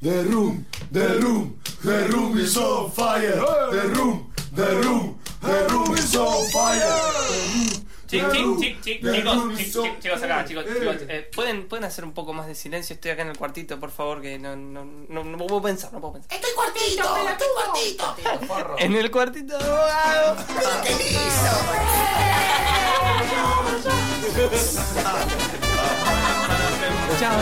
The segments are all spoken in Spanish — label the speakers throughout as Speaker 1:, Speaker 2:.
Speaker 1: The room, the room, the room is on fire. The room, the room, the room is on fire. The
Speaker 2: Chic,
Speaker 1: room,
Speaker 2: chic, chic, chic,
Speaker 1: the room
Speaker 2: chicos,
Speaker 1: is
Speaker 2: chic,
Speaker 1: on
Speaker 2: chic, chicos, acá, chicos,
Speaker 1: fire.
Speaker 2: chicos, eh, ¿pueden, pueden hacer un poco más de silencio, estoy acá en el cuartito, por favor, que no, no, no, no puedo pensar, no puedo pensar.
Speaker 3: Estoy cuartito, estoy cuartito.
Speaker 2: En el cuartito. ¡guau! Chao.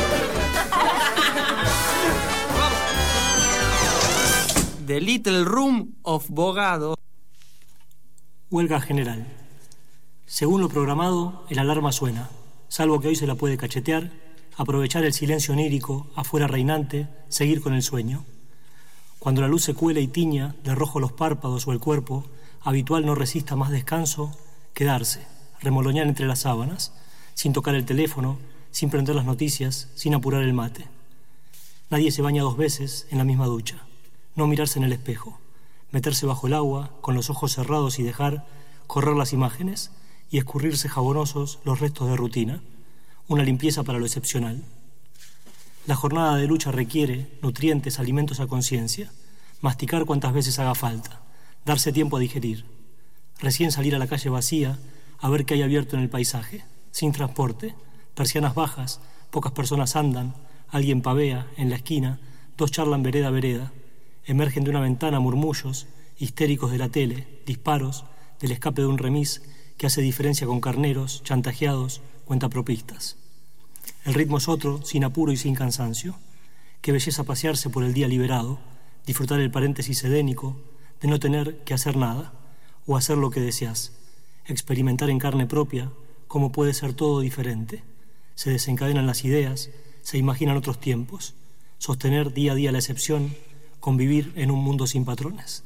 Speaker 2: The Little Room of Bogado.
Speaker 4: Huelga general. Según lo programado, el alarma suena, salvo que hoy se la puede cachetear, aprovechar el silencio onírico, afuera reinante, seguir con el sueño. Cuando la luz se cuela y tiña de rojo los párpados o el cuerpo, habitual no resista más descanso, quedarse, remoloñar entre las sábanas, sin tocar el teléfono, sin prender las noticias, sin apurar el mate. Nadie se baña dos veces en la misma ducha. No mirarse en el espejo. Meterse bajo el agua, con los ojos cerrados y dejar correr las imágenes y escurrirse jabonosos los restos de rutina. Una limpieza para lo excepcional. La jornada de lucha requiere nutrientes, alimentos a conciencia, masticar cuantas veces haga falta, darse tiempo a digerir, recién salir a la calle vacía a ver qué hay abierto en el paisaje, sin transporte, persianas bajas, pocas personas andan, alguien pavea en la esquina, dos charlan vereda a vereda, emergen de una ventana murmullos, histéricos de la tele, disparos, del escape de un remis que hace diferencia con carneros, chantajeados, cuentapropistas. El ritmo es otro, sin apuro y sin cansancio. Qué belleza pasearse por el día liberado, disfrutar el paréntesis edénico, de no tener que hacer nada o hacer lo que deseas. Experimentar en carne propia cómo puede ser todo diferente. Se desencadenan las ideas, se imaginan otros tiempos. Sostener día a día la excepción, convivir en un mundo sin patrones.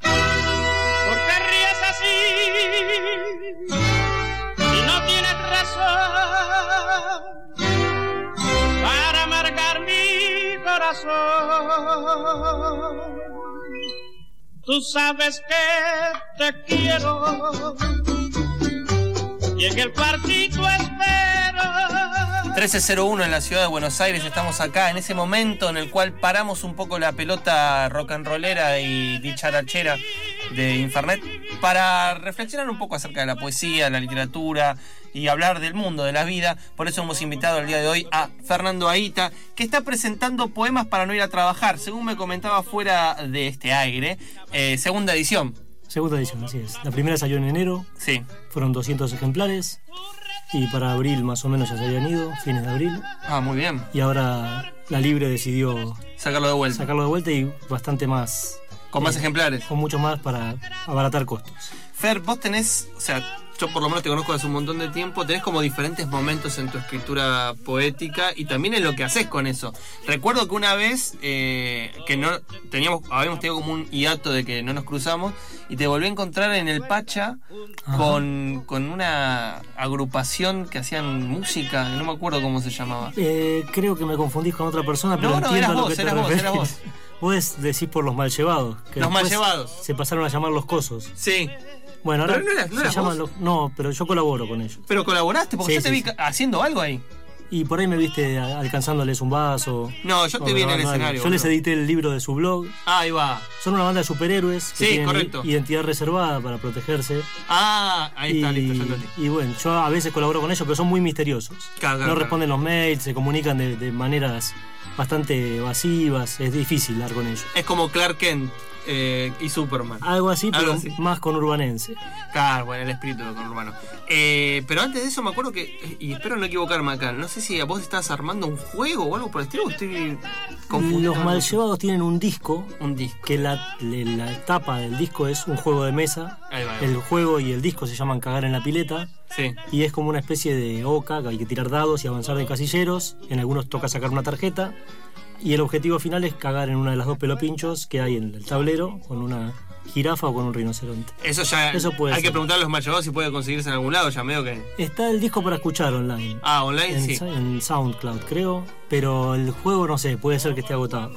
Speaker 5: ¿Por qué ríes así? Y no tienes razón para marcar mi corazón. Tú sabes que te quiero y en el partido espero.
Speaker 2: 1301 en la ciudad de Buenos Aires, estamos acá en ese momento en el cual paramos un poco la pelota rock and rollera y dicharachera de Infernet para reflexionar un poco acerca de la poesía, la literatura y hablar del mundo, de la vida. Por eso hemos invitado el día de hoy a Fernando Aita, que está presentando poemas para no ir a trabajar, según me comentaba fuera de este aire. Eh, segunda edición,
Speaker 4: Segunda edición, así es. La primera salió en enero,
Speaker 2: sí.
Speaker 4: fueron 200 ejemplares y para abril más o menos ya se habían ido, fines de abril.
Speaker 2: Ah, muy bien.
Speaker 4: Y ahora la Libre decidió
Speaker 2: Sacarlo de vuelta.
Speaker 4: sacarlo de vuelta y bastante más,
Speaker 2: Con más ejemplares.
Speaker 4: con mucho más para abaratar costos.
Speaker 2: Fer, vos tenés, o sea, yo por lo menos te conozco hace un montón de tiempo, tenés como diferentes momentos en tu escritura poética y también en lo que haces con eso. Recuerdo que una vez eh, que no teníamos, habíamos tenido como un hiato de que no nos cruzamos y te volví a encontrar en el Pacha
Speaker 4: Ajá.
Speaker 2: con, con una agrupación que hacían música, no me acuerdo cómo se llamaba.
Speaker 4: Eh, creo que me confundís con otra persona, pero
Speaker 2: No, no,
Speaker 4: entiendo
Speaker 2: eras
Speaker 4: a lo
Speaker 2: vos,
Speaker 4: que te
Speaker 2: eras vos,
Speaker 4: referís.
Speaker 2: eras vos.
Speaker 4: Vos decís por los mal llevados. que
Speaker 2: Los
Speaker 4: después
Speaker 2: mallevados.
Speaker 4: Se pasaron a llamar los cosos.
Speaker 2: Sí,
Speaker 4: Bueno, ahora
Speaker 2: Pero no eras- no
Speaker 4: se
Speaker 2: eras
Speaker 4: llaman
Speaker 2: vos.
Speaker 4: los- No, pero yo colaboro con ellos.
Speaker 2: pero colaboraste porque
Speaker 4: Sí,
Speaker 2: yo te
Speaker 4: sí,
Speaker 2: vi
Speaker 4: sí.
Speaker 2: haciendo algo ahí.
Speaker 4: Y por ahí me viste a- alcanzándoles un vaso.
Speaker 2: No, yo te vi en el escenario.
Speaker 4: Yo les
Speaker 2: boludo.
Speaker 4: edité el libro de su blog.
Speaker 2: Ahí va.
Speaker 4: Son una banda de superhéroes que
Speaker 2: Sí,
Speaker 4: tienen
Speaker 2: correcto.
Speaker 4: identidad reservada para protegerse.
Speaker 2: Ah, ahí está,
Speaker 4: y,
Speaker 2: listo, ya entendí.
Speaker 4: y bueno, yo a veces colaboro con ellos, pero son muy misteriosos.
Speaker 2: Claro, claro,
Speaker 4: no
Speaker 2: claro.
Speaker 4: responden los mails, se comunican de, de maneras bastante evasivas, es difícil dar con ellos.
Speaker 2: Es como Clark Kent eh, y Superman.
Speaker 4: Algo así,
Speaker 2: Algo
Speaker 4: pero
Speaker 2: así.
Speaker 4: más con urbanense.
Speaker 2: Claro, bueno, el espíritu con Urbano. Eh, pero antes de eso me acuerdo que, eh, y espero no equivocarme acá, no sé si vos estás armando un juego o algo por el estilo, o estoy confundido.
Speaker 4: Los mal llevados tienen un disco,
Speaker 2: Un disco.
Speaker 4: que la, le- la tapa del disco es un juego de mesa.
Speaker 2: Ahí va, ahí va.
Speaker 4: El juego y el disco se llaman Cagar en la pileta.
Speaker 2: Sí.
Speaker 4: Y es como una especie de oca, que hay que tirar dados y avanzar de casilleros. En algunos toca sacar una tarjeta. Y el objetivo final es cagar en una de las dos pelopinchos que hay en el tablero, con una jirafa o con un rinoceronte.
Speaker 2: Eso ya.
Speaker 4: Eso puede
Speaker 2: hay
Speaker 4: ser.
Speaker 2: que preguntar a los mayores si puede conseguirse en algún lado, ya medio que.
Speaker 4: Está el disco para escuchar online.
Speaker 2: Ah, online
Speaker 4: en,
Speaker 2: sí.
Speaker 4: en SoundCloud, creo. Pero el juego, no sé, puede ser que esté agotado.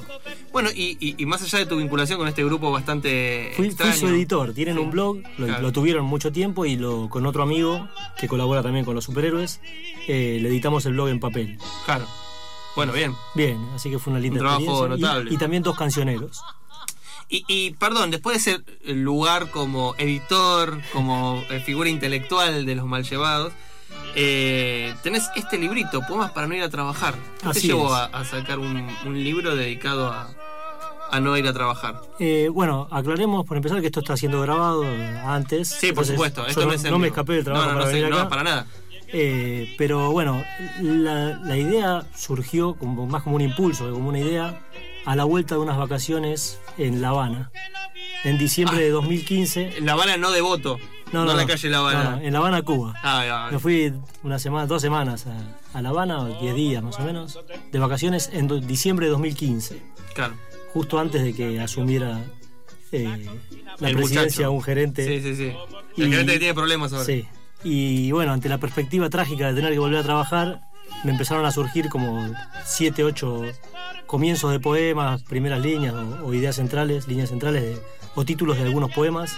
Speaker 2: Bueno, y, y- y más allá de tu vinculación con este grupo bastante
Speaker 4: Fui, fui
Speaker 2: extraño.
Speaker 4: su editor, tienen
Speaker 2: Sí.
Speaker 4: un blog, lo,
Speaker 2: Claro.
Speaker 4: lo tuvieron mucho tiempo y lo, con otro amigo que colabora también con los superhéroes, eh, le editamos el blog en papel.
Speaker 2: Claro. Bueno, bien.
Speaker 4: Bien, así que fue una linda
Speaker 2: Un trabajo
Speaker 4: experiencia. Y-
Speaker 2: notable.
Speaker 4: Y, también dos cancioneros.
Speaker 2: Y, y, perdón, después de ese lugar como editor, como eh, figura intelectual de los mal llevados, eh, tenés este librito, Poemas para no ir a trabajar. ¿Qué te
Speaker 4: Así
Speaker 2: llevó
Speaker 4: es.
Speaker 2: a, a sacar un, un libro dedicado a, a no ir a trabajar?
Speaker 4: Eh, bueno, aclaremos por empezar que esto está siendo grabado eh, antes.
Speaker 2: Sí, por
Speaker 4: Entonces,
Speaker 2: supuesto.
Speaker 4: yo
Speaker 2: Esto
Speaker 4: no,
Speaker 2: no, es en
Speaker 4: no me
Speaker 2: vivo.
Speaker 4: escapé del trabajo
Speaker 2: No, no,
Speaker 4: para
Speaker 2: no, sé,
Speaker 4: venir
Speaker 2: no,
Speaker 4: acá.
Speaker 2: para nada.
Speaker 4: Eh, pero bueno, la, la idea surgió como, más como un impulso, como una idea, a la vuelta de unas vacaciones en La Habana. En diciembre de 2015.
Speaker 2: La Habana no de voto. No, en Ah. la calle La Habana.
Speaker 4: no, eh. no, en La Habana, Cuba.
Speaker 2: Ah, ah,
Speaker 4: Me fui una semana, dos semanas a, a La Habana, o 10 días más o menos, de vacaciones en do- diciembre de 2015,
Speaker 2: claro.
Speaker 4: justo antes de que asumiera eh, la
Speaker 2: El
Speaker 4: presidencia
Speaker 2: muchacho.
Speaker 4: un gerente.
Speaker 2: Sí, sí, sí. El
Speaker 4: Y-
Speaker 2: gerente que tiene problemas ahora.
Speaker 4: Sí. Y bueno, ante la perspectiva trágica de tener que volver a trabajar, me empezaron a surgir como siete, ocho comienzos de poemas, primeras líneas o, o ideas centrales, líneas centrales de- o títulos de algunos poemas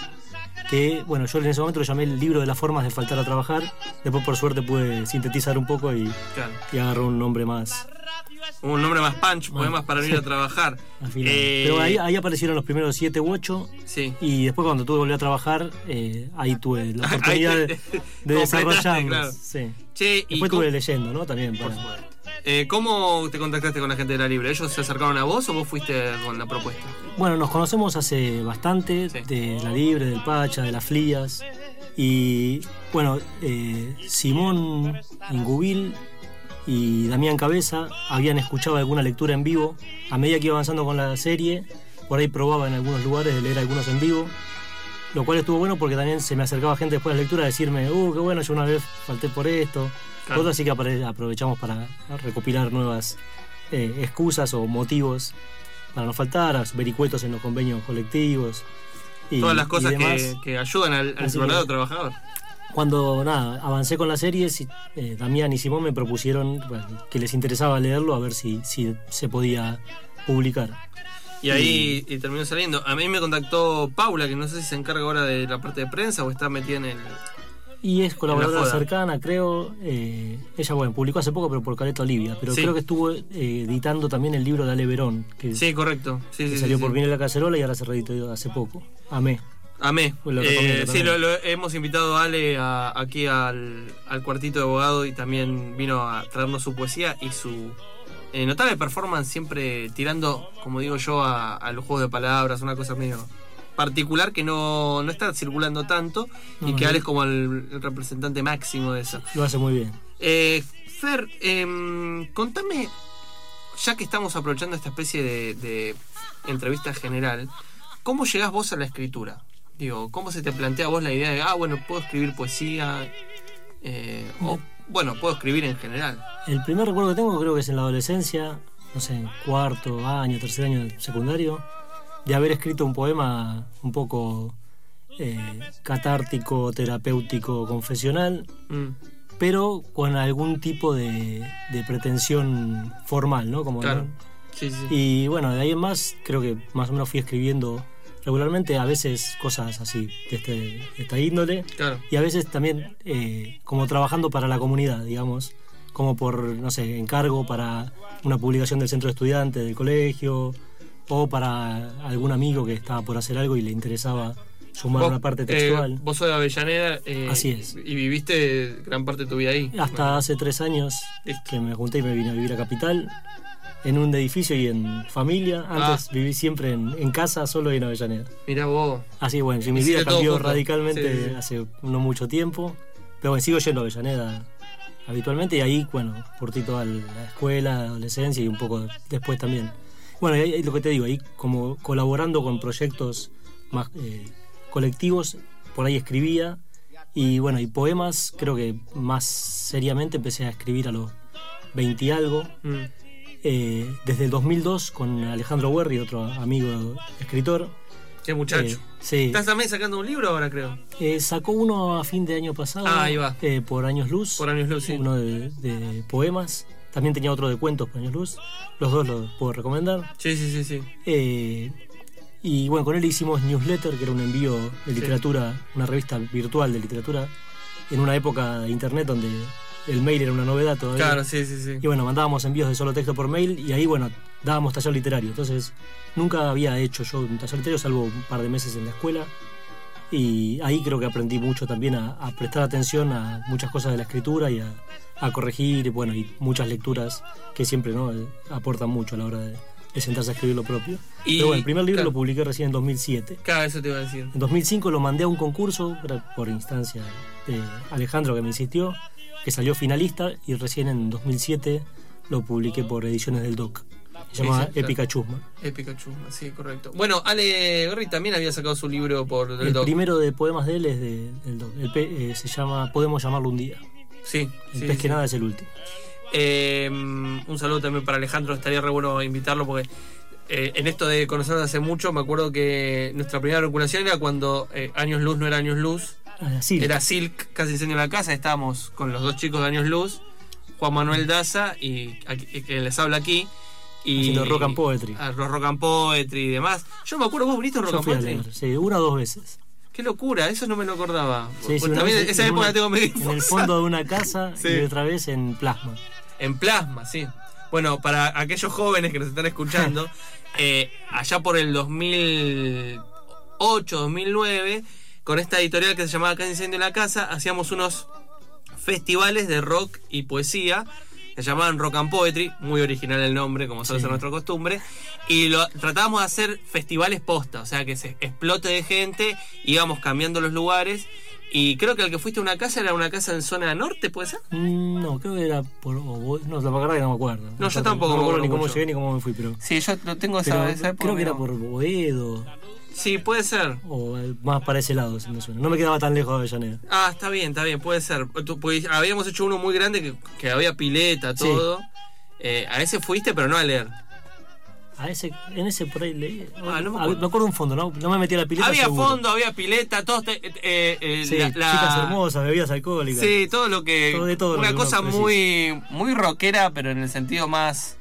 Speaker 4: que, bueno, yo en ese momento lo llamé el libro de las formas de faltar a trabajar. Después, por suerte, pude sintetizar un poco y,
Speaker 2: Claro.
Speaker 4: y agarró un nombre más.
Speaker 2: Un nombre más punch, poemas para no ir a trabajar.
Speaker 4: afilado.
Speaker 2: Eh,
Speaker 4: Pero ahí, ahí aparecieron los primeros siete u ocho
Speaker 2: Sí.
Speaker 4: Y después cuando tuve que volver a trabajar, eh, ahí tuve la
Speaker 2: Ahí
Speaker 4: oportunidad
Speaker 2: te-
Speaker 4: de, de
Speaker 2: completaste,
Speaker 4: desarrollarlos.
Speaker 2: claro.
Speaker 4: sí.
Speaker 2: Che, y
Speaker 4: Después
Speaker 2: cómo-
Speaker 4: tuve leyendo, ¿no? También.
Speaker 2: Por
Speaker 4: para-
Speaker 2: supuesto. Eh, ¿Cómo te contactaste con la gente de la Libre? ¿Ellos se acercaron a vos o vos fuiste con la propuesta?
Speaker 4: Bueno, nos conocemos hace bastante,
Speaker 2: Sí.
Speaker 4: de La Libre, del Pacha, de las Flías. Y bueno, eh, Simón Ingubil y Damián Cabeza habían escuchado alguna lectura en vivo. A medida que iba avanzando con la serie, por ahí probaba en algunos lugares de leer algunos en vivo. Lo cual estuvo bueno porque también se me acercaba gente después de la lectura a decirme, uh, qué bueno, yo una vez falté por esto.
Speaker 2: Claro.
Speaker 4: Todo así que apare- aprovechamos para recopilar nuevas eh, excusas o motivos para no faltar, vericuetos en los convenios colectivos. Y,
Speaker 2: Todas las cosas
Speaker 4: y demás.
Speaker 2: que, que ayudan al, al
Speaker 4: Así que-
Speaker 2: verdadero trabajador.
Speaker 4: Cuando nada, avancé con la serie, si- eh, Damián y Simón me propusieron bueno, que les interesaba leerlo a ver si, si se podía publicar.
Speaker 2: Y ahí y terminó saliendo. A mí me contactó Paula, que no sé si se encarga ahora de la parte de prensa o está metida en el.
Speaker 4: Y es
Speaker 2: En
Speaker 4: colaboradora
Speaker 2: la joda.
Speaker 4: cercana, creo. eh, ella, bueno, publicó hace poco, pero por Caleta Olivia. Pero
Speaker 2: Sí.
Speaker 4: creo que estuvo eh, editando también el libro de Ale Verón, que,
Speaker 2: Sí, correcto. Sí,
Speaker 4: que
Speaker 2: sí, sí,
Speaker 4: salió
Speaker 2: sí.
Speaker 4: por bien la cacerola y ahora se reeditó hace poco. Amé.
Speaker 2: Amé.
Speaker 4: Pues Lo
Speaker 2: Eh,
Speaker 4: recomiendo
Speaker 2: sí,
Speaker 4: también.
Speaker 2: lo, lo- hemos invitado a Ale a- aquí al, al cuartito de abogado y también vino a traernos su poesía y su eh, notable performance, siempre tirando, como digo yo, a, a los juegos de palabras, una cosa medio particular que no, no está circulando tanto y
Speaker 4: No,
Speaker 2: que
Speaker 4: no.
Speaker 2: Ale es como el, el representante máximo de eso.
Speaker 4: Lo hace muy bien.
Speaker 2: Eh, Fer, em, contame, ya que estamos aprovechando esta especie de, de entrevista general, ¿cómo llegás vos a la escritura? Digo, ¿cómo se te plantea a vos la idea de, ah, bueno, puedo escribir poesía? Eh, o, bueno, puedo escribir en general.
Speaker 4: El primer recuerdo que tengo creo que es en la adolescencia, no sé, en cuarto año, tercer año de secundario, de haber escrito un poema un poco eh, catártico, terapéutico, confesional,
Speaker 2: Mm,
Speaker 4: pero con algún tipo de, de pretensión formal, ¿no? Como,
Speaker 2: claro.
Speaker 4: ¿no?
Speaker 2: Sí, sí.
Speaker 4: Y bueno, de ahí en más creo que más o menos fui escribiendo regularmente, a veces cosas así de, este- de esta índole
Speaker 2: claro.
Speaker 4: y a veces también eh, como trabajando para la comunidad, digamos, como por, no sé, encargo para una publicación del centro de estudiantes del colegio o para algún amigo que estaba por hacer algo y le interesaba sumar
Speaker 2: Vos,
Speaker 4: una parte
Speaker 2: eh,
Speaker 4: textual.
Speaker 2: vos sos de Avellaneda. eh,
Speaker 4: Así es. Ah.
Speaker 2: Y viviste gran parte de tu vida ahí.
Speaker 4: Hasta hace tres años
Speaker 2: Listo.
Speaker 4: que me junté y me vine a vivir a Capital, en un edificio y en familia.
Speaker 2: Ah.
Speaker 4: Antes viví siempre en, en casa, solo y en Avellaneda.
Speaker 2: Mirá vos.
Speaker 4: Así que bueno, sí, mi
Speaker 2: Hiciste
Speaker 4: vida
Speaker 2: todo
Speaker 4: cambió
Speaker 2: junto.
Speaker 4: radicalmente
Speaker 2: Sí, sí, sí.
Speaker 4: hace no mucho tiempo. Pero bueno, sigo yendo a Avellaneda habitualmente y ahí, bueno, curtí toda la escuela, adolescencia y un poco después también. Bueno, y ahí- ahí lo que te digo, ahí como colaborando con proyectos más eh, colectivos, por ahí escribía. Y bueno, y poemas, creo que más seriamente empecé a escribir a los 20 y algo.
Speaker 2: Mm,
Speaker 4: Eh, desde el 2002 con Alejandro Werri, otro amigo escritor,
Speaker 2: Qué muchacho.
Speaker 4: Eh, sí.
Speaker 2: Estás también sacando un libro ahora, creo.
Speaker 4: Eh, sacó uno a fin de año pasado.
Speaker 2: Ah, ahí va.
Speaker 4: eh, por Años Luz.
Speaker 2: Por Años Luz, sí.
Speaker 4: Uno de, de poemas. También tenía otro de cuentos por Años Luz. Los dos los puedo recomendar.
Speaker 2: Sí, sí, sí, sí.
Speaker 4: Eh, y bueno, con él hicimos newsletter, que era un envío de literatura, una revista virtual de literatura, en una época de internet donde el mail era una novedad todavía.
Speaker 2: Claro, sí, sí, sí.
Speaker 4: Y bueno, mandábamos envíos de solo texto por mail y ahí, bueno, dábamos taller literario. Entonces, nunca había hecho yo un taller literario, salvo un par de meses en la escuela. Y ahí creo que aprendí mucho también a, a prestar atención a muchas cosas de la escritura y a, a corregir, bueno, y muchas lecturas que siempre ¿no? Eh, aportan mucho a la hora de, de sentarse a escribir lo propio.
Speaker 2: Y-
Speaker 4: Pero bueno, el primer libro
Speaker 2: claro.
Speaker 4: lo publiqué recién en 2007.
Speaker 2: Claro, eso te iba a decir.
Speaker 4: En 2005 lo mandé a un concurso era por instancia de Alejandro que me insistió, que salió finalista y recién en 2007 lo publiqué por Ediciones del Doc. Se llama
Speaker 2: Exacto.
Speaker 4: Épica Chusma.
Speaker 2: Es Pikachu, así, correcto. Bueno, Ale Gorri también había sacado su libro por
Speaker 4: El,
Speaker 2: el doc.
Speaker 4: primero de poemas de él es de- del Doc. El pe- eh, se llama Podemos llamarlo un día.
Speaker 2: Sí,
Speaker 4: El
Speaker 2: sí,
Speaker 4: pez
Speaker 2: sí.
Speaker 4: que nada es el último.
Speaker 2: Eh, un saludo también para Alejandro, estaría re bueno invitarlo porque eh, en esto de conocernos hace mucho, me acuerdo que nuestra primera vinculación era cuando eh, Años Luz no era Años Luz,
Speaker 4: Así.
Speaker 2: era Silk, casi incendio la casa, estábamos con los dos chicos de Años Luz, Juan Manuel Daza y aquí- que les habla aquí. Y
Speaker 4: Haciendo rock and poetry.
Speaker 2: Ah, los rock and poetry y demás. Yo me acuerdo, vos viniste a rock
Speaker 4: Yo
Speaker 2: and
Speaker 4: fui a
Speaker 2: poetry.
Speaker 4: leer, sí, una o dos veces.
Speaker 2: Qué locura, eso no me lo acordaba.
Speaker 4: Sí, sí,
Speaker 2: Bueno,
Speaker 4: una
Speaker 2: también
Speaker 4: vez
Speaker 2: esa
Speaker 4: en
Speaker 2: época
Speaker 4: una-
Speaker 2: la tengo medio
Speaker 4: En el
Speaker 2: forzada.
Speaker 4: fondo de una casa
Speaker 2: Sí.
Speaker 4: y otra vez en plasma.
Speaker 2: En plasma, sí. Bueno, para aquellos jóvenes que nos están escuchando, eh, allá por el 2008, 2009, con esta editorial que se llamaba Casi Incendio en la Casa, hacíamos unos festivales de rock y poesía. Se llamaban Rock and Poetry, muy original el nombre, como suele
Speaker 4: Sí.
Speaker 2: ser nuestra costumbre. Y lo tratábamos de hacer festivales posta, o sea, que se explote de gente, íbamos cambiando los lugares. Y creo que el que fuiste a una casa era una casa en zona norte, ¿puede ser?
Speaker 4: Mm, No, creo que era por. o vos- no, la verdad que no me acuerdo. No
Speaker 2: yo tampoco me
Speaker 4: me acuerdo
Speaker 2: acuerdo
Speaker 4: ni cómo
Speaker 2: mucho.
Speaker 4: llegué ni cómo me fui, pero.
Speaker 2: Sí, yo lo tengo
Speaker 4: Pero creo que era por Boedo
Speaker 2: Sí, puede ser.
Speaker 4: o eh, más para ese lado, si me suena. No me quedaba tan lejos de Avellaneda.
Speaker 2: Ah, está bien, está bien, puede ser. Tú- pues, habíamos hecho uno muy grande que, que había pileta,
Speaker 4: Sí.
Speaker 2: todo. Eh, a ese fuiste, pero no a leer.
Speaker 4: A ese, en ese por ahí leí.
Speaker 2: Ah, no me
Speaker 4: a-
Speaker 2: acuerdo.
Speaker 4: un fondo, no, no me metí a la pileta.
Speaker 2: había
Speaker 4: seguro.
Speaker 2: fondo, había pileta, todo. te- eh, eh,
Speaker 4: Sí,
Speaker 2: la- la-
Speaker 4: chicas hermosas, bebidas alcohólicas.
Speaker 2: Sí, todo lo que.
Speaker 4: Todo de todo lo
Speaker 2: una
Speaker 4: que uno
Speaker 2: cosa
Speaker 4: precisa.
Speaker 2: muy, muy rockera, pero en el sentido más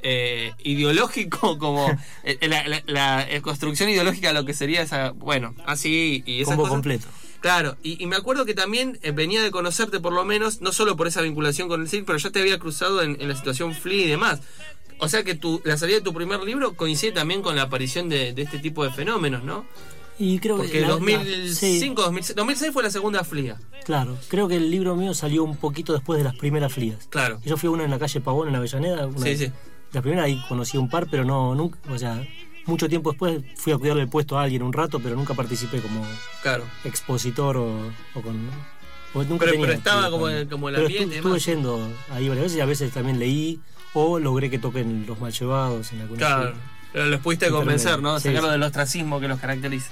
Speaker 2: eh, ideológico, como eh, la, la- la, eh, construcción ideológica, de lo que sería esa. Bueno, así y esas
Speaker 4: combo
Speaker 2: cosas.
Speaker 4: completo.
Speaker 2: Claro, y, y me acuerdo que también eh, venía de conocerte por lo menos, no solo por esa vinculación con el CIR, pero ya te había cruzado en, en la situación Flea y demás. O sea que tu, la salida de tu primer libro coincide también con la aparición de, de este tipo de fenómenos, ¿no?
Speaker 4: Y creo
Speaker 2: Porque
Speaker 4: que. la- la-
Speaker 2: 2005, 2006, 2006 fue la segunda Flia.
Speaker 4: sí, claro. Creo que el libro mío salió un poquito después de las primeras frías.
Speaker 2: Claro.
Speaker 4: Yo fui a una en la calle Pavón, en Avellaneda. Una,
Speaker 2: Sí, sí.
Speaker 4: La primera ahí conocí un par, pero no nunca. O sea, mucho tiempo después fui a cuidarle el puesto a alguien un rato, pero nunca participé como
Speaker 2: Claro.
Speaker 4: expositor o, o con. o nunca
Speaker 2: Pero-
Speaker 4: tenía
Speaker 2: pero estaba
Speaker 4: actividad
Speaker 2: como
Speaker 4: con-
Speaker 2: el- como el
Speaker 4: Pero
Speaker 2: ambiente,
Speaker 4: estu- Estuve
Speaker 2: además.
Speaker 4: yendo ahí varias veces y a veces también leí o logré que toquen los mal llevados en alguna
Speaker 2: Claro. Pero los pudiste
Speaker 4: Intermedio.
Speaker 2: convencer, ¿no?
Speaker 4: Sí,
Speaker 2: Sacarlo
Speaker 4: sí.
Speaker 2: del ostracismo que los caracteriza.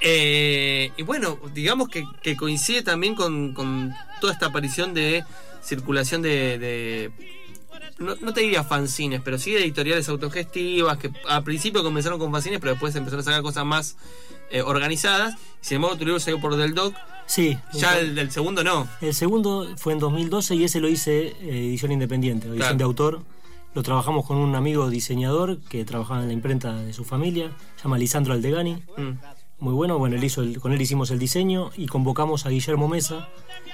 Speaker 2: Eh, y bueno, digamos que, que coincide también con, con toda esta aparición de circulación de. de- no, no te diría fanzines, pero sí de editoriales autogestivas que al principio comenzaron con fanzines, pero después empezaron a sacar cosas más eh, organizadas. Sin embargo, tu libro salió por Del Doc.
Speaker 4: Sí.
Speaker 2: Ya el del segundo no.
Speaker 4: El segundo fue en 2012 y ese lo hice eh, edición independiente, edición
Speaker 2: Claro.
Speaker 4: de autor. Lo trabajamos con un amigo diseñador que trabajaba en la imprenta de su familia, se llama Lisandro Aldegani.
Speaker 2: Mm.
Speaker 4: Muy bueno, bueno, él hizo el- con él hicimos el diseño y convocamos a Guillermo Mesa,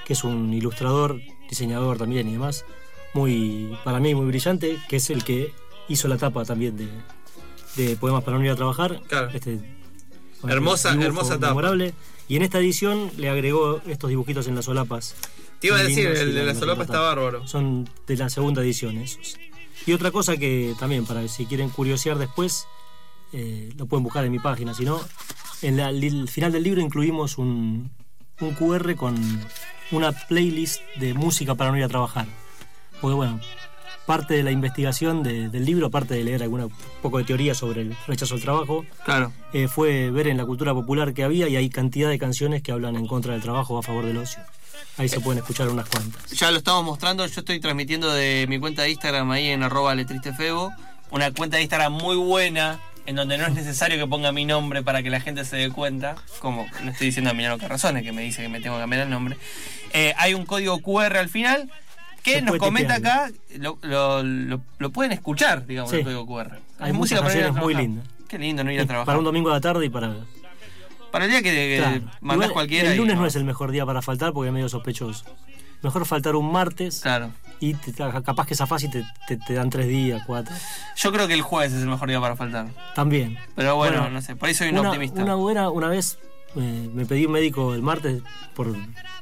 Speaker 4: que es un ilustrador, diseñador también y demás, muy, para mí muy brillante, que es el que hizo la tapa también de, de Poemas para no ir a trabajar.
Speaker 2: Claro.
Speaker 4: Este, con
Speaker 2: Hermosa-
Speaker 4: dibujo
Speaker 2: hermosa tapa.
Speaker 4: memorable. Y en esta edición le agregó estos dibujitos en las solapas.
Speaker 2: Te iba a
Speaker 4: Son
Speaker 2: decir,
Speaker 4: lindos y
Speaker 2: el de la
Speaker 4: lindos
Speaker 2: solapa está
Speaker 4: tapa.
Speaker 2: bárbaro.
Speaker 4: Son de la segunda edición esos. Y otra cosa que también, para si quieren curiosear después, eh, lo pueden buscar en mi página, si no, en la li- el final del libro incluimos un, un QR con una playlist de música para no ir a trabajar. Porque bueno, parte de la investigación de- del libro, aparte de leer alguna poco de teoría sobre el rechazo al trabajo,
Speaker 2: Claro.
Speaker 4: eh, fue ver en la cultura popular que había y hay cantidad de canciones que hablan en contra del trabajo o a favor del ocio. Ahí se pueden escuchar unas cuantas.
Speaker 2: Ya lo estamos mostrando, yo estoy transmitiendo de mi cuenta de Instagram ahí en arroba letristefebo. Una cuenta de Instagram muy buena, en donde no es necesario que ponga mi nombre para que la gente se dé cuenta, como no estoy diciendo a Milano Carrazones que me dice que me tengo que cambiar el nombre, eh, hay un código QR al final que
Speaker 4: Se
Speaker 2: nos
Speaker 4: puede
Speaker 2: comenta
Speaker 4: tipear,
Speaker 2: acá, lo, lo- lo- lo pueden escuchar, digamos,
Speaker 4: Sí.
Speaker 2: el código QR.
Speaker 4: Hay muchas
Speaker 2: para ir a
Speaker 4: canciones muy
Speaker 2: trabajar.
Speaker 4: lindas.
Speaker 2: Qué lindo no ir a
Speaker 4: Es
Speaker 2: trabajar.
Speaker 4: Eh, Para un domingo de la tarde y para.
Speaker 2: Para el día que, que
Speaker 4: Claro.
Speaker 2: mandás
Speaker 4: Igual,
Speaker 2: cualquiera.
Speaker 4: El
Speaker 2: y-
Speaker 4: lunes no es el mejor día para faltar porque es medio sospechoso. Mejor faltar un martes
Speaker 2: Claro.
Speaker 4: y te- capaz que zafás y te, te- te dan tres días, cuatro.
Speaker 2: Yo creo que el jueves es el mejor día para faltar.
Speaker 4: También.
Speaker 2: Pero bueno, no sé, por ahí soy un
Speaker 4: una,
Speaker 2: optimista.
Speaker 4: Una buena, una vez eh, me pedí un médico el martes por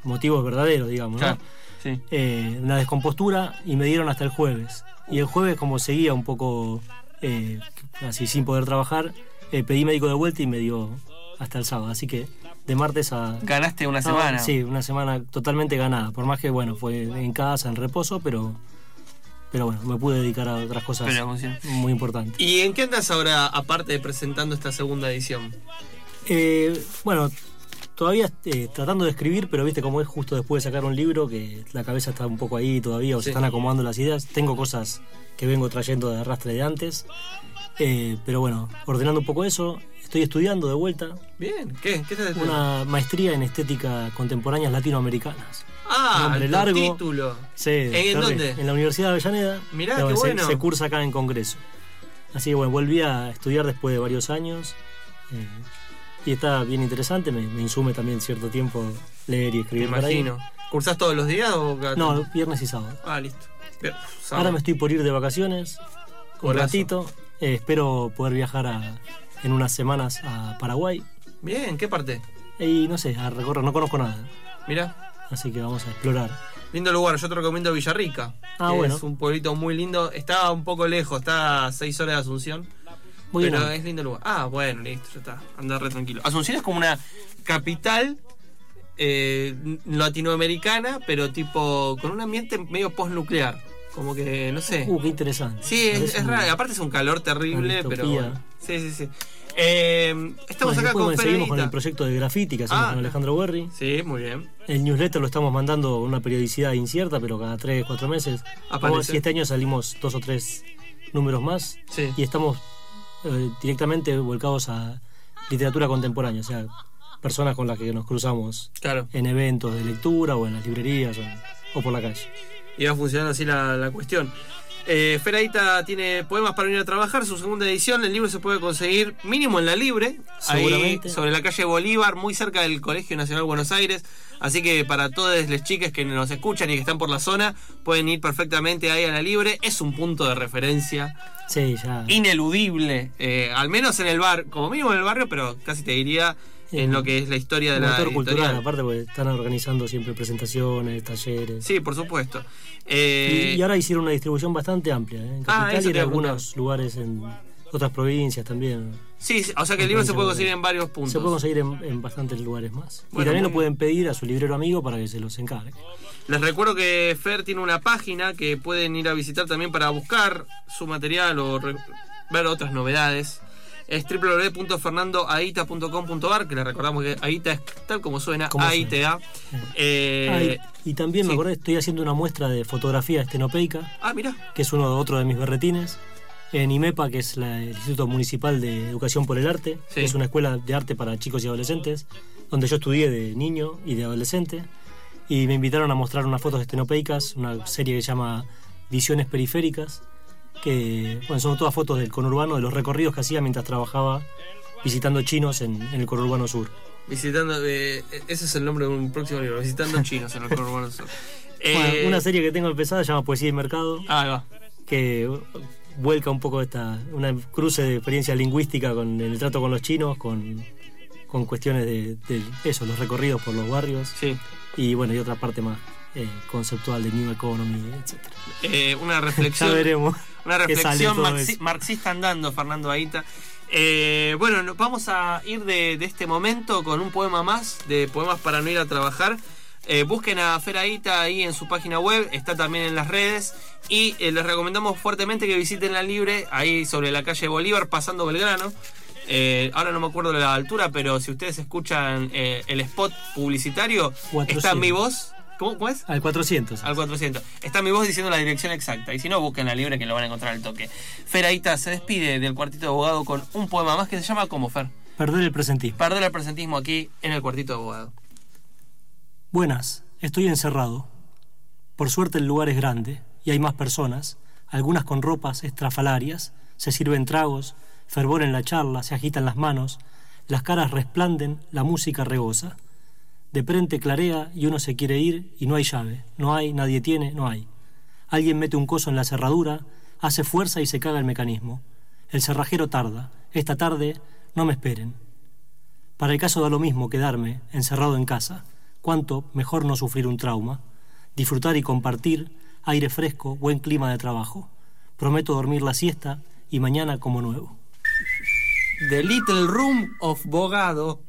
Speaker 4: motivos verdaderos, digamos, ¿no?
Speaker 2: Claro, sí.
Speaker 4: eh, una descompostura y me dieron hasta el jueves. Y el jueves, como seguía un poco eh, así sin poder trabajar, eh, pedí médico de vuelta y me dio hasta el sábado. Así que de martes a.
Speaker 2: Ganaste una
Speaker 4: a-
Speaker 2: semana.
Speaker 4: Sí, una semana totalmente ganada. Por más que, bueno, fue en casa, en reposo, pero. Pero bueno, me pude dedicar a otras cosas
Speaker 2: Pero funcionó.
Speaker 4: muy importantes.
Speaker 2: ¿Y en qué andas ahora, aparte de presentando esta segunda edición?
Speaker 4: Eh, bueno, todavía eh, tratando de escribir, pero viste como es justo después de sacar un libro que la cabeza está un poco ahí todavía o
Speaker 2: Sí.
Speaker 4: se están acomodando las ideas. Tengo cosas que vengo trayendo de arrastre de antes, eh, pero bueno, ordenando un poco eso. Estoy estudiando de vuelta
Speaker 2: Bien, ¿qué? ¿Qué estás haciendo?
Speaker 4: una maestría en estética contemporáneas latinoamericanas.
Speaker 2: Ah,
Speaker 4: nombre
Speaker 2: tu
Speaker 4: largo.
Speaker 2: título.
Speaker 4: Sí,
Speaker 2: ¿En
Speaker 4: terrible.
Speaker 2: dónde?
Speaker 4: En la Universidad de Avellaneda.
Speaker 2: Mirá,
Speaker 4: Claro,
Speaker 2: qué
Speaker 4: se-
Speaker 2: bueno.
Speaker 4: Se, cursa acá en Congreso. Así que bueno, volví a estudiar después de varios años. eh, y está bien interesante, me, me insume también cierto tiempo leer y
Speaker 2: Me
Speaker 4: escribir por ahí.
Speaker 2: imagino. ¿Cursás todos los días o cada
Speaker 4: No,
Speaker 2: tanto?
Speaker 4: viernes y sábado.
Speaker 2: Ah, listo. Bien, sábado.
Speaker 4: Ahora me estoy por ir de vacaciones. Un
Speaker 2: Golazo.
Speaker 4: ratito. eh, espero poder viajar a- en unas semanas a Paraguay.
Speaker 2: Bien, ¿qué parte?
Speaker 4: Y no sé, a recorrer, no conozco nada.
Speaker 2: Mirá,
Speaker 4: Así que vamos a explorar.
Speaker 2: lindo lugar. Yo te recomiendo Villarrica.
Speaker 4: Ah,
Speaker 2: que
Speaker 4: bueno.
Speaker 2: Es un pueblito muy lindo. Está un poco lejos, está a 6 horas de Asunción.
Speaker 4: Muy
Speaker 2: pero
Speaker 4: bien.
Speaker 2: es lindo lugar. Ah, bueno, listo, ya está. Anda re tranquilo. Asunción es como una capital eh, latinoamericana, pero tipo con un ambiente medio postnuclear. Como que, no sé.
Speaker 4: Uh, qué interesante.
Speaker 2: Sí, es,
Speaker 4: Parece
Speaker 2: es
Speaker 4: un-
Speaker 2: raro. Aparte es un calor terrible,
Speaker 4: una
Speaker 2: pero
Speaker 4: distopía.
Speaker 2: bueno. Sí, sí, sí. Eh, estamos
Speaker 4: Bueno,
Speaker 2: acá
Speaker 4: después,
Speaker 2: con
Speaker 4: bueno, seguimos con
Speaker 2: Pereirita.
Speaker 4: el proyecto de graffiti que hacemos
Speaker 2: Ah,
Speaker 4: con
Speaker 2: claro.
Speaker 4: Alejandro Berry.
Speaker 2: Sí, muy bien.
Speaker 4: El newsletter lo estamos mandando con una periodicidad incierta, pero cada 3, 4 meses.
Speaker 2: Aparece.
Speaker 4: Vamos a ver si este año salimos dos o tres números más.
Speaker 2: Sí.
Speaker 4: Y estamos eh, directamente volcados a literatura contemporánea, o sea, personas con las que nos cruzamos
Speaker 2: Claro.
Speaker 4: en eventos de lectura o en las librerías o, en- o por la calle.
Speaker 2: Y va funcionando así la, la cuestión. Eh, Feradita tiene poemas para venir a trabajar, su segunda edición. El libro se puede conseguir mínimo en la libre, ahí
Speaker 4: Seguramente.
Speaker 2: sobre la calle Bolívar, muy cerca del Colegio Nacional Buenos Aires. Así que para todas las chicas que nos escuchan y que están por la zona, pueden ir perfectamente ahí a la libre. Es un punto de referencia
Speaker 4: Sí, ya.
Speaker 2: ineludible, eh, al menos en el bar, como mínimo en el barrio, pero casi te diría en
Speaker 4: Sí.
Speaker 2: lo que es la historia de
Speaker 4: un
Speaker 2: la
Speaker 4: motor cultural,
Speaker 2: editorial.
Speaker 4: aparte, porque están organizando siempre presentaciones, talleres.
Speaker 2: Sí, por supuesto.
Speaker 4: Y-
Speaker 2: Eh,
Speaker 4: y ahora hicieron una distribución bastante amplia, ¿eh? en
Speaker 2: Ah,
Speaker 4: Capital
Speaker 2: eso
Speaker 4: y
Speaker 2: te
Speaker 4: en
Speaker 2: iba a preguntar.
Speaker 4: algunos lugares en otras provincias también.
Speaker 2: Sí, sí, o sea que el libro se puede conseguir en varios puntos.
Speaker 4: Se puede conseguir en, en bastantes lugares más.
Speaker 2: Bueno,
Speaker 4: y también
Speaker 2: muy
Speaker 4: lo pueden pedir a su librero amigo para que se los encargue.
Speaker 2: Les recuerdo que Fer tiene una página que pueden ir a visitar también para buscar su material o re- ver otras novedades. Es www.fernandoaita.com.ar, que les recordamos que Aita es tal como suena,
Speaker 4: Como
Speaker 2: AITA. Eh,
Speaker 4: Ah, y, y también me
Speaker 2: sí.
Speaker 4: acordé, estoy haciendo una muestra de fotografía estenopeica,
Speaker 2: ah, mira,
Speaker 4: que es uno otro de mis berretines, en IMEPA, que es la- el Instituto Municipal de Educación por el Arte,
Speaker 2: Sí.
Speaker 4: que es una escuela de arte para chicos y adolescentes, donde yo estudié de niño y de adolescente. Y me invitaron a mostrar unas fotos estenopeicas, una serie que se llama Visiones Periféricas, que bueno, son todas fotos del conurbano, de los recorridos que hacía mientras trabajaba visitando chinos en, en el conurbano sur.
Speaker 2: visitando. eh, ese es el nombre de un próximo libro, Visitando Chinos en el Conurbano Sur. Eh,
Speaker 4: Bueno, una serie que tengo empezada se llama Poesía y Mercado,
Speaker 2: Ahí va.
Speaker 4: que uh, vuelca un poco esta, una cruce de experiencia lingüística con el trato con los chinos, con, con cuestiones de, de eso, los recorridos por los barrios
Speaker 2: Sí.
Speaker 4: y bueno, y otra parte más eh, conceptual de New Economy, etc.
Speaker 2: Eh, una
Speaker 4: Ya
Speaker 2: reflexión.
Speaker 4: veremos.
Speaker 2: Una
Speaker 4: qué sale
Speaker 2: reflexión
Speaker 4: todo
Speaker 2: marxi-
Speaker 4: eso.
Speaker 2: marxista andando, Fernando Aita. Eh, bueno, no- vamos a ir de, de este momento con un poema más, de poemas para no ir a trabajar. Eh, busquen a Fer Aita ahí en su página web, está también en las redes. Y eh, les recomendamos fuertemente que visiten la Libre, ahí sobre la calle Bolívar, pasando Belgrano. Eh, ahora no me acuerdo la altura, pero si ustedes escuchan eh, el spot publicitario, está
Speaker 4: 400.
Speaker 2: mi voz ¿Cómo, cómo es?
Speaker 4: Al 400.
Speaker 2: Al 400. Está mi voz diciendo la dirección exacta. Y si no, busquen la libre que lo van a encontrar al toque. Fer Aita se despide del cuartito de abogado con un poema más que se llama como Fer.
Speaker 4: Perder el presentismo.
Speaker 2: Perder el presentismo aquí en el cuartito de abogado.
Speaker 4: Buenas, estoy encerrado. Por suerte el lugar es grande y hay más personas, algunas con ropas estrafalarias, se sirven tragos, fervor en la charla, se agitan las manos, las caras resplanden, la música rebosa. De frente clarea y uno se quiere ir y no hay llave, no hay, nadie tiene, no hay. Alguien mete un coso en la cerradura, hace fuerza y se caga el mecanismo. El cerrajero tarda. Esta tarde no me esperen. Para el caso da lo mismo quedarme encerrado en casa. Cuanto mejor no sufrir un trauma. Disfrutar y compartir, aire fresco, buen clima de trabajo. Prometo dormir la siesta y mañana como nuevo.
Speaker 6: The Little Room of Bogado.